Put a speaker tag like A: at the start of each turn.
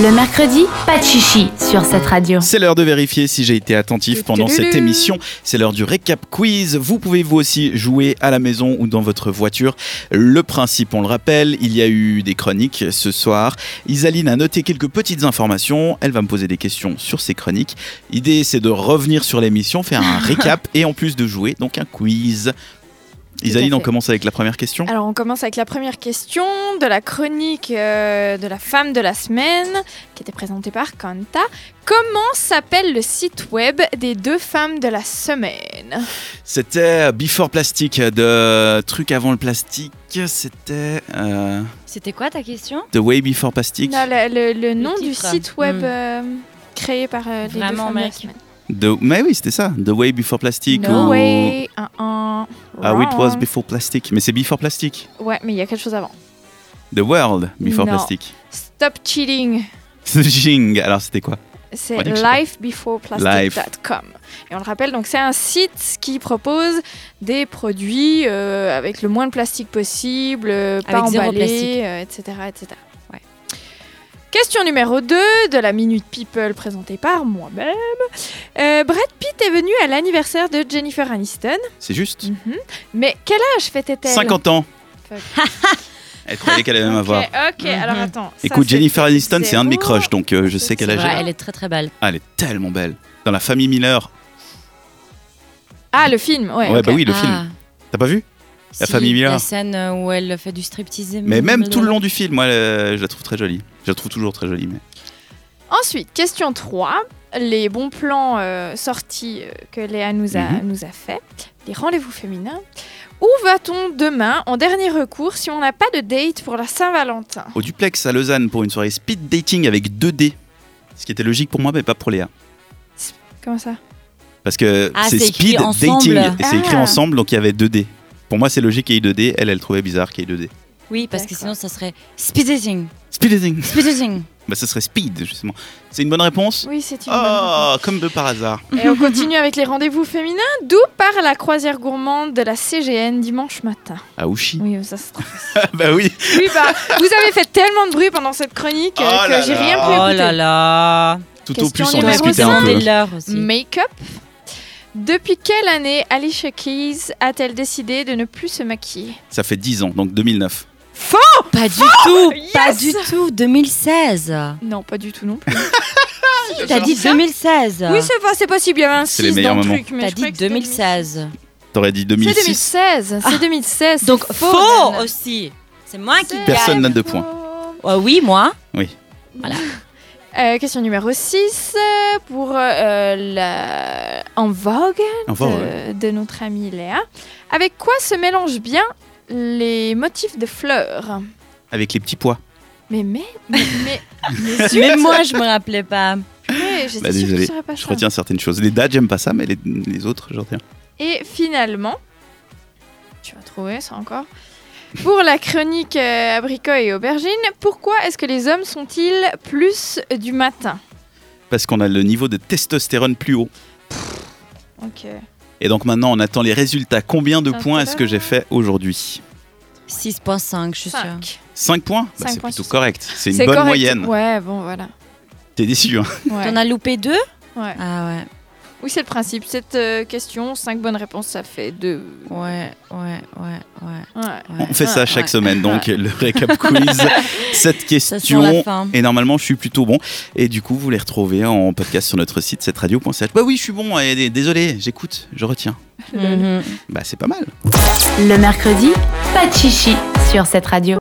A: Le mercredi, pas de chichi sur cette radio.
B: C'est l'heure de vérifier si j'ai été attentif pendant cette émission. C'est l'heure du récap quiz. Vous pouvez vous aussi jouer à la maison ou dans votre voiture. Le principe, on le rappelle, il y a eu des chroniques ce soir. Isaline a noté quelques petites informations. Elle va me poser des questions sur ces chroniques. L'idée, c'est de revenir sur l'émission, faire un récap et en plus de jouer, donc un quiz. Isaline,
C: fait.
B: on commence avec la première question.
C: Alors on commence avec la première question de la chronique euh, de la femme de la semaine qui était présentée par Kanta. Comment s'appelle le site web des deux femmes de la semaine
B: C'était euh, Before Plastic de euh, Truc avant le plastique. C'était euh,
D: C'était quoi ta question
B: The Way Before Plastic.
C: Non, le, le- le nom du
D: titre.
C: site web
D: Hmm.
C: euh, créé par euh, les deux
D: Vraiment,
C: femmes de la
D: mec.
C: semaine.
B: The- Mais oui, c'était ça. The Way Before Plastic.
C: No
B: ou-
C: way, un, un,
B: Ah oui, it was
C: wrong.
B: before plastic. Mais c'est before plastic.
C: Ouais, mais il y a quelque chose avant.
B: The world before
C: Non.
B: plastic.
C: Stop cheating.
B: Jing. Alors c'était quoi
C: C'est
B: Ouais, je sais pas.
C: lifebeforeplastic.com. Et on le rappelle, donc c'est un site qui propose des produits euh, avec le moins de plastique possible, euh, pas
D: Avec zéro
C: emballés,
D: plastique.
C: euh, etc. etc. Ouais. Question numéro 2 de la Minute People présentée par moi-même. Euh, Brad Pitt est venu à l'anniversaire de Jennifer Aniston,
B: C'est juste
C: Mhm. mais quel âge fêtait-elle
B: 50 ans.
C: Fuck.
B: Elle croyait qu'elle allait même
C: Ok,
B: avoir.
C: ok,
D: Mhm.
C: alors attends. ça,
B: Écoute,
C: c'est-
B: Jennifer Aniston, c'est un de mes
C: zéro.
B: crushs, donc euh, je sais qu'elle
C: C'est
B: a
C: vrai.
B: géré.
D: elle est très très belle.
B: Ah, elle est tellement belle. Dans la famille Miller.
C: Ah, le film, ouais.
B: Ouais,
C: ok.
B: bah oui, le
D: Ah,
B: film. T'as pas vu La
D: si,
B: famille Miller.
D: La scène où elle fait du striptease.
C: Mmh,
B: Mais même tout le long du film, moi, euh, je la trouve très jolie. Je la trouve toujours très jolie. Mais...
C: Ensuite, question 3. Les bons plans euh, sortis euh, que Léa nous a,
B: Mhm.
C: nous a fait. Les rendez-vous féminins. Où va-t-on demain en dernier recours si on n'a pas de date pour la Saint-Valentin
B: Au duplex à Lausanne pour une soirée speed dating avec 2D. Ce qui était logique pour moi, mais pas pour Léa.
C: Comment ça
B: Parce que
D: Ah,
B: c'est
D: c'est écrit
B: speed dating.
D: ensemble.
B: Et c'est écrit
C: Ah.
B: ensemble, donc il y avait 2D. Pour moi, c'est logique qu'il y ait 2D. Elle, elle trouvait bizarre qu'il y ait 2D.
D: Oui, parce que
C: D'accord.
D: sinon ça serait speed dating.
B: Speed dating.
D: Speed dating.
B: Bah, ce serait speed, justement. C'est une bonne réponse
C: Oui, c'est une
B: Oh, comme de par hasard.
C: bonne réponse. Et on continue avec les rendez-vous féminins, d'où part la croisière gourmande de la CGN dimanche matin.
B: Aouchi.
C: Oui, ça c'est trop
B: bah oui.
C: Oui, bah, vous avez fait tellement de bruit pendant cette chronique euh,
B: Oh
C: que
B: là
C: j'ai
B: là.
C: rien pu
D: Oh
C: écouter.
D: là là.
B: Tout au
C: Question
B: plus, on
C: numéro
B: discutait un
C: cinq.
B: peu.
D: Leurs aussi.
C: Make-up. Depuis quelle année Alicia Keys a-t-elle décidé de ne plus se maquiller
B: Ça fait 10 ans, donc 2009.
D: Pas du tout. Pas
C: Yes.
D: du tout. 2016.
C: Non, pas du tout non plus.
D: T'as dit 2016.
C: oui, c'est pas- c'est possible, il y avait un
B: C'est les
C: 6
B: meilleurs
C: dans le
B: moments.
C: truc. mais
D: T'as
C: je croyais
D: dit
C: que c'était
D: 2016.
B: T'aurais dit
C: 2000.
B: 2006.
C: C'est 2016, c'est 2016.
D: Donc
C: c'est
D: faux
C: Nana.
D: aussi. C'est moi qui
C: C'est
B: Personne n'a de
C: faux.
B: points.
D: Ouais, oui, moi.
C: Euh, question numéro 6 pour euh, la... En Vogue
B: Enfin,
C: de,
B: ouais.
C: de notre amie Léa. Avec quoi se mélangent bien les motifs de fleurs
B: Avec les petits pois.
C: Mais mais mais mais, mais zut
D: Mais moi, je me rappelais pas.
C: Ouais, j'étais
B: Bah,
C: sûre que
B: désolé,
C: tu saurais pas
B: Je
C: ça.
B: retiens certaines choses. Les dates, j'aime pas ça, mais les, les autres, je retiens.
C: Et finalement, tu vas trouver ça encore. Pour la chronique euh, abricot et aubergine, pourquoi est-ce que les hommes sont-ils plus du matin
B: Parce qu'on a le niveau de testostérone plus haut.
C: Ok.
B: Et donc maintenant, on attend les résultats. Combien de
C: Ah,
B: points
C: c'est
B: est-ce
C: pas
B: que
C: mal.
B: j'ai fait aujourd'hui
D: 6.5, je suis sûre.
C: 5.
B: 5 points Bah,
C: Cinq
B: C'est
C: points
B: plutôt
C: sur
B: correct. C'est une bonne moyenne.
C: Ouais, bon voilà.
B: T'es déçu, hein
C: Ouais.
D: T'en as loupé deux
C: Ouais.
D: Ah ouais.
C: Oui, c'est le principe. Cette euh, question, 5 bonnes réponses, ça fait 2.
D: Ouais, ouais, ouais, ouais.
C: Ouais.
D: ouais.
B: On fait ça
C: Ouais,
B: chaque
C: ouais.
B: semaine, donc le récap quiz. Cette
D: Ça sent la
B: question.
D: fin.
B: Et normalement, je suis plutôt bon. Et du coup, vous les retrouvez en podcast sur notre site, cette radio.ch. Bah oui, je suis bon. Et d- désolé, j'écoute, je retiens.
D: Mhm.
B: Bah, c'est pas mal.
A: Le mercredi, pas de chichi sur cette radio.